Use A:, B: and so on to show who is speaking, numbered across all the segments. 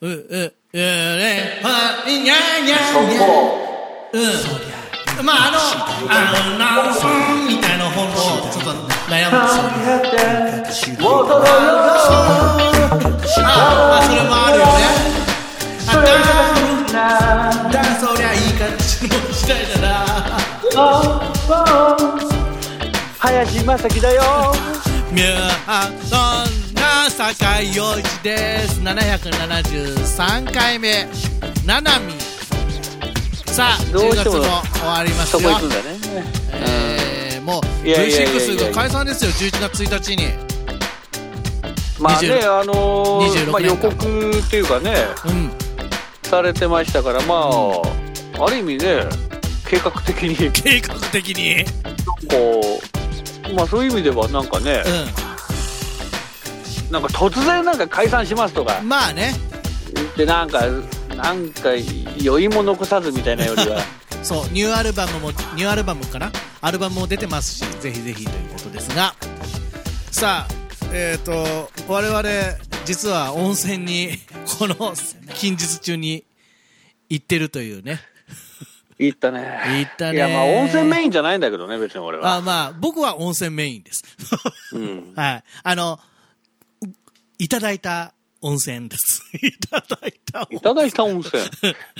A: う、う、うれ、はい、にゃーにゃ
B: そ
A: ーにゃー。
B: こ
A: うん。まあ、あの、あの、ナンソンみたいな本を、ちょっと悩むんですよ。あ、まあ、それもあるよね。あ、ダン、ダン、そりゃいい感じのもしたいだな。
C: 林正樹だよ
A: ミュアソンな坂井陽一です。773回目、ななみ。さあ、
C: ど
A: 10
C: うして
A: 月
C: も
A: も終わりま
C: そ
A: す
C: こ
A: よ
C: 行。くんだね
A: えーもう、
C: いやいやいやいや
A: 16が解散ですよ、11月1日に。
C: まあね
A: 20
C: あのー
A: 26
C: まあ、予告っていうかね
A: うん。
C: されてましたからまあ、ある意味ね計画的に
A: 計画的に。
C: こうまあそういう意味ではなんかねなんか突然なんか解散しますとか
A: うん。まあね、
C: でなんかなんか余韻も残さずみたいなよ りは
A: そう、ニューアルバムも、ニューアルバムかなアルバムも出てますし、ぜひぜひということですが。さあ、えっ、と、我々、実は温泉に、 この近日中に行ってるというね。
C: 行ったね
A: 行ったね
C: いやまあ温泉メインじゃないんだけどね別に俺は
A: あまあ、僕は温泉メインです。
C: うん
A: はい。あの、ういただいた温泉です。 いただいた温
C: いただいた温泉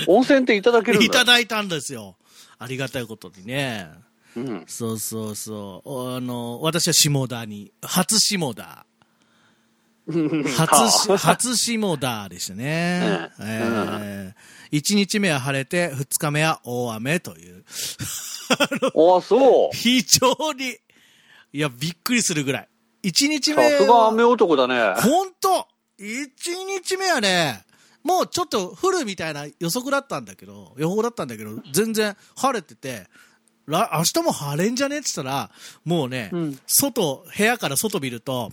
C: 温泉っていただけるんだ
A: 泉。 いただいたんですよ。ありがたいことにね。
C: うん、
A: そうそうそう。おあの、私は下田に、初下田。初し、
C: はあ
A: 初下田でしたね。
C: うん
A: えー一日目は晴れて、二日目は大雨という。あの
C: ああそう
A: 非常に、いや、びっくりするぐらい。一日目
C: さ
A: は。
C: すが雨男だね
A: ほんと一日目はね、もうちょっと降るみたいな予測だったんだけど、予報だったんだけど、全然晴れてて、ら明日も晴れんじゃねって言ったら、もうね、
C: うん
A: 外、部屋から外見ると、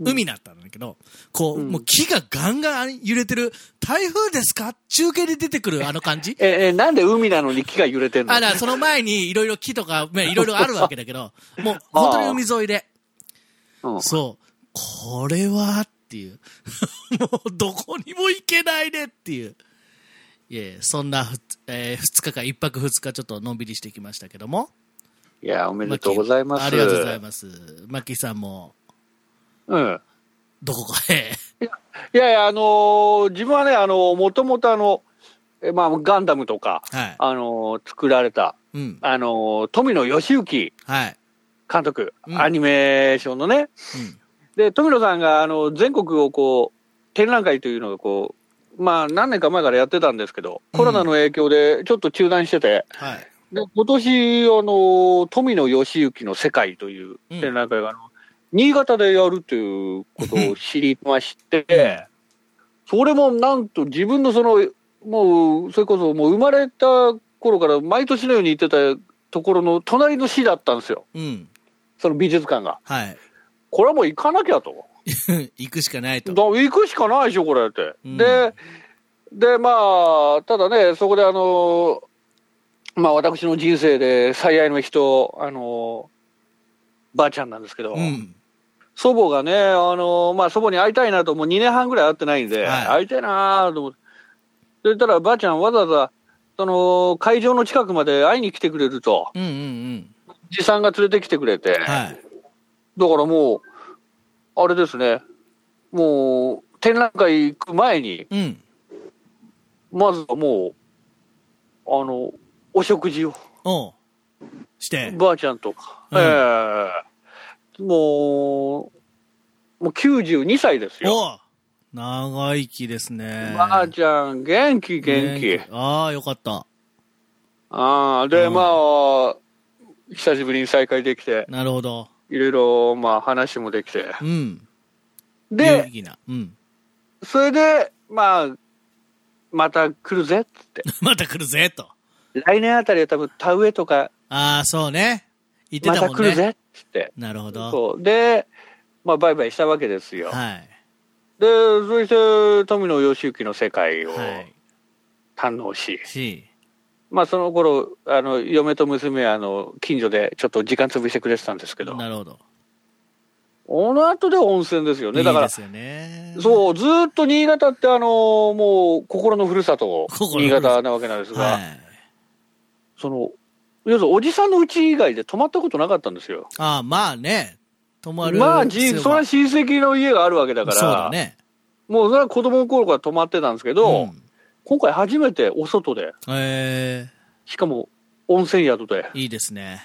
A: 海だったんだけど、こう、
C: うん
A: もう木がガンガン揺れてる、台風ですか中継で出てくるあの感じ
C: ええなんで海なのに木が揺れてんの
A: あら、その前にいろいろ木とか、ね、いろいろあるわけだけど、もう本当に海沿いで。
C: うん
A: そう。これはっていう。 もう、どこにも行けないねっていう。いえ、そんなふ、え2日間、1泊2日、ちょっとのんびりしてきましたけども。
C: いやお
A: あ
C: めでとうございます
A: ありがとうございます。マッキーさんも、
C: うん
A: どこかへ。
C: いやいや、あのー自分はね、あのー、もともとあの、えまあ、ガンダムとか、
A: はい。
C: あのー作られた、
A: うん。
C: あのー富野義行
A: はい。
C: 監督、
A: うん
C: アニメーションのね。
A: うん。
C: で、富野さんが、あの全国をこう、展覧会というのがこう、まあ、何年か前からやってたんですけど、コロナの影響でちょっと中断してて、
A: はい。
C: で今年、あのー富野義行の世界という展覧会が、あの新潟でやるということを知りまして、それもなんと自分のその、もう、それこそもう生まれた頃から毎年のように行ってたところの隣の市だったんですよ。
A: うん。
C: その美術館が。
A: はい。
C: これはもう行かなきゃと。
A: 行くしかない
C: だ
A: と。
C: 行くしかないでしょ、これって。
A: うん
C: で、で、まあ、ただね、そこであの、まあ私の人生で最愛の人、あの、ばあちゃんなんですけど、
A: うん。
C: 祖母がね、あのまあ、祖母に会いたいなと、もう2年半ぐらい会ってないんで、
A: はい
C: 会いたいなと思って、そしたらばあちゃん、わざわざその会場の近くまで会いに来てくれると、
A: うんうんうん。
C: じさんが連れてきてくれて、
A: はい。
C: だからもう、あれですね、もう展覧会行く前に、
A: うん。
C: まずはもう、あのお食事を、
A: おう。して。
C: ばあちゃんとか、
A: うん
C: ええもう、もう92歳ですよ。
A: おう長生きですね。
C: ばあちゃん、元気、元気。
A: ああ、よかった。
C: ああ、で、
A: うん
C: まあ、久しぶりに再会できて、
A: なるほど。
C: いろいろ、まあ、話もできて。
A: うん。有
C: で、
A: 意義な。うん。
C: それで、まあ、また来るぜっつって。
A: また来るぜ、と。
C: 来年あたりは多分、田植えとか、
A: ああ、そうね。言って
C: ま
A: た
C: た
A: も
C: 来
A: んね。
C: るぜっつって。
A: なるほど。
C: そう。で、まあ、バイバイしたわけですよ。
A: はい。
C: で、そして、富野義行の世界を
A: はい。
C: 堪能し、
A: し、
C: まあ、その頃、あの、嫁と娘は、あの、近所でちょっと時間潰してくれてたんですけど、
A: なるほど。
C: この後で温泉ですよね。
A: い
C: だか
A: いで、
C: ら
A: すよね。う。
C: そう、ずーっと新潟ってあのーもう、心のふるさと、
A: 心の
C: 新
A: ふるさと
C: 潟なわけなんですが、
A: はい。
C: その、要するにおじさんのうち以外で泊まったことなかったんですよ。
A: ああ、まあね。泊まる。
C: まあ、じそれは親戚の家があるわけだから、
A: そうだね。
C: もうそれは子供の頃から泊まってたんですけど、
A: ん
C: 今回初めてお外で、
A: え
C: しかも温泉宿で。
A: ー、いいですね。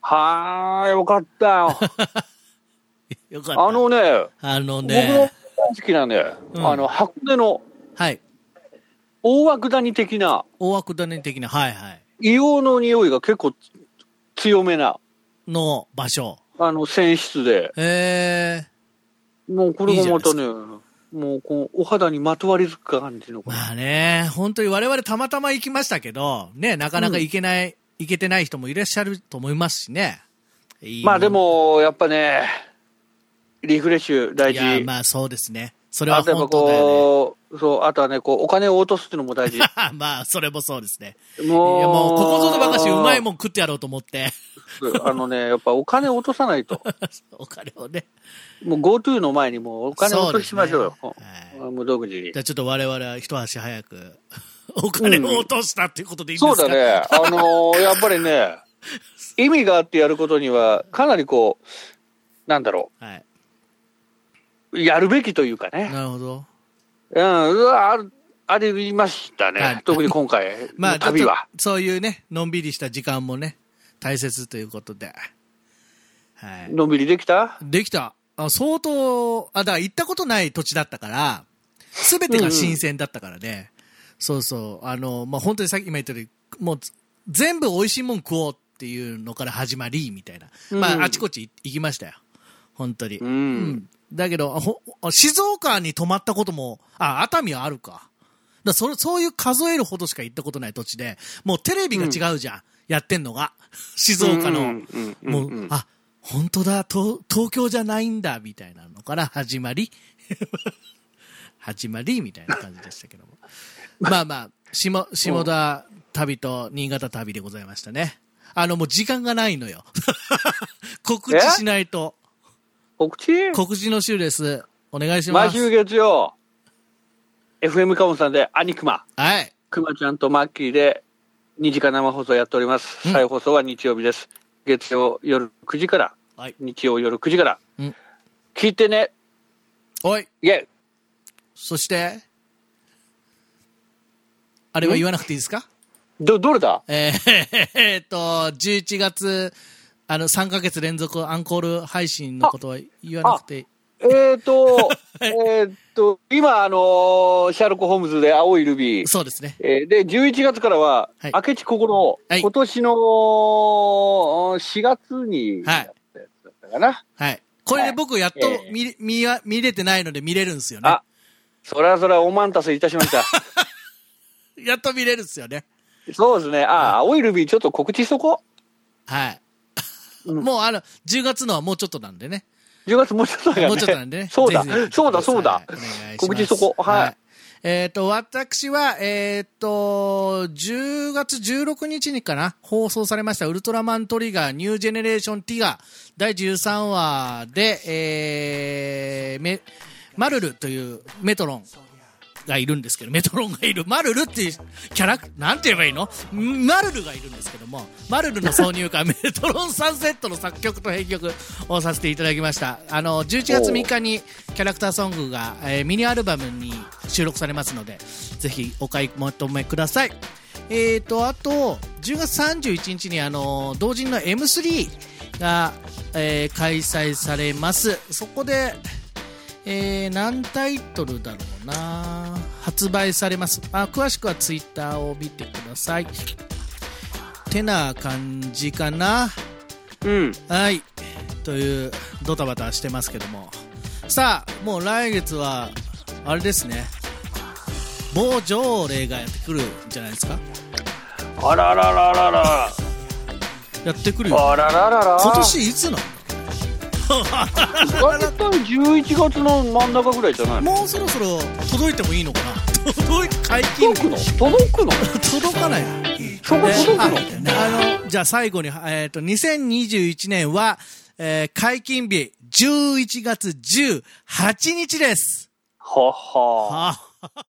C: はー、よかったよ。
A: よかった。
C: あのね、
A: あの
C: 僕の
A: ね。
C: 好きなね、
A: うん
C: あの、箱根の
A: はい。
C: 大涌谷的な、
A: 大涌谷的な、はいはい。
C: 硫黄の匂いが結構つ強めな、
A: の場所。
C: あの、泉質で、
A: えー、
C: もうこれ
A: いいじ
C: が
A: ゃない
C: ま
A: です
C: た
A: か
C: ね、もうこう、お肌にまとわりつく感じの、この
A: まあね、本当に我々たまたま行きましたけど、ね、なかなか行けない、行けてない人もいらっしゃると思いますしね。いい
C: まあで、も、やっぱね、リフレッシュ大
A: い
C: 事。
A: や、まあそうですね。それ
C: あ
A: は
C: とやっぱ
A: 本当だよね。
C: こう、そう、あとはね、こう、お金を落とすっていうのも 大事。も
A: まあ、それもそうですね。
C: う、
A: いやもう、ここぞとばかしうまい
C: ん。
A: もん食ってやろうと思って、
C: あのね、やっぱお金を落とさないと。
A: お金をね。
C: もう GoTo の前にもうお金を落としましょうよ。
A: そうですね
C: うんもう独自に
A: じ。ゃあちょっと我々は一足早く、 お金を落としたっていうことでいいんです
C: そ
A: か、
C: うだね。あのーやっぱ りね、意味があってやることには、かなりこう、なんだろ
A: はい。
C: う、やるべきというかね。
A: なるほど。
C: うん、うわあるありましたね。
A: はい
C: 特に今回、
A: まあ、
C: 旅は。
A: ちょっとそういうね、のんびりした時間もね、大切ということで。はい。
C: のんびりできた
A: できた。あ相当、あ、だから行ったことない土地だったから、すべてが新鮮だったからね。そうそう。あの、まあ、本当にさっき今言ったように、もう、全部美味しいもん食おうっていうのから始まり、みたいな。まあ、
C: うん
A: あちこち行きましたよ。本当に。
C: うん
A: うんだけど、あほあ静岡に泊まったことも、あ、熱海はあるか。だそれそういう数えるほどしか行ったことない土地で、もうテレビが違うじゃん。やってんのが。静岡の。
C: うんうんうんうん
A: もう、あ、本当だ、東東京じゃないんだ、みたいなのから始まり、 始まり、みたいな感じでしたけども。 まあまあ、下、下田旅と新潟旅でございましたね。あの、もう時間がないのよ。 告知しないと。
C: 告 知
A: 告知の週です。お願いしま
C: 毎週
A: す。
C: 月曜、FM カモンさんでアニクマ、
A: はい。
C: クマちゃんとマッキーで2時間生放送やっております。
A: うん
C: 再放送は日曜日です。月曜夜9時から、
A: はい。
C: 日曜夜9時から。
A: うん
C: 聞いてね、
A: おい。
C: イェイ
A: そして、あれは言わなくていいですか
C: ど、どれだ
A: えー えーっと、11月、あの、3ヶ月連続アンコール配信のことは言わなくて、
C: え ーと、えーと、今、あのーシャーロック・ホームズで青いルビー。
A: そうですね。
C: えーで、11月からは、
A: はい
C: 明智心を、
A: はい
C: 今年の4月に
A: はい
C: やったやつだったかな。
A: はい。これで、
C: はい
A: 僕やっと
C: えー
A: 見,、見わ見れてないので見れるんですよね
C: あ。それはそれはお待たせいたし ました。
A: やっと見れるんですよね。
C: そうですね。あ、青いルビーちょっと告知しとこ
A: はい。
C: うん
A: もうあの、10月のはもうちょっとなんでね。
C: う。10月もうちょっとだからね。
A: もうちょっとなんでね。
C: そうだ
A: ぜひぜひ
C: そうだそうだ
A: はいお願いします
C: 告知そこはい
A: えっ、と、私は、えっ、と、10月16日にかな、放送されました、ウルトラマントリガー、ニュージェネレーションティガー、第13話で、えー、め、マルルというメトロンがいるんですけど、メトロンがいる、マルルっていうキャラク、なんて言えばいいのんマルルがいるんですけども、マルルの挿入歌、メトロンサンセットの作曲と編曲をさせていただきました。あの、11月3日にキャラクターソングが、えーミニアルバムに収録されますので、ぜひお買い求めください。えー、と、あと、10月31日に、あの、同人の M3 が、えー開催されます。そこで、えー何タイトルだろうな発売されますあ詳しくはツイッターを見てくださいてな感じかな
C: うん。
A: はいというドタバタしてますけどもさあもう来月はあれですね某条例がやってくるんじゃないですか
C: あららららら。
A: やってくるよ
C: あらららら。
A: 今年いつなの
C: あれ多分11月の真ん中ぐらいじゃないの
A: もうそろそろ届いてもいいのかな届い解禁
C: 届くの届くの
A: 届かないな
C: そこ届くの
A: ああの、じゃあ最後に、えっ、と、2021年は、えー解禁日、 11月18日です。
C: はは。
A: はあ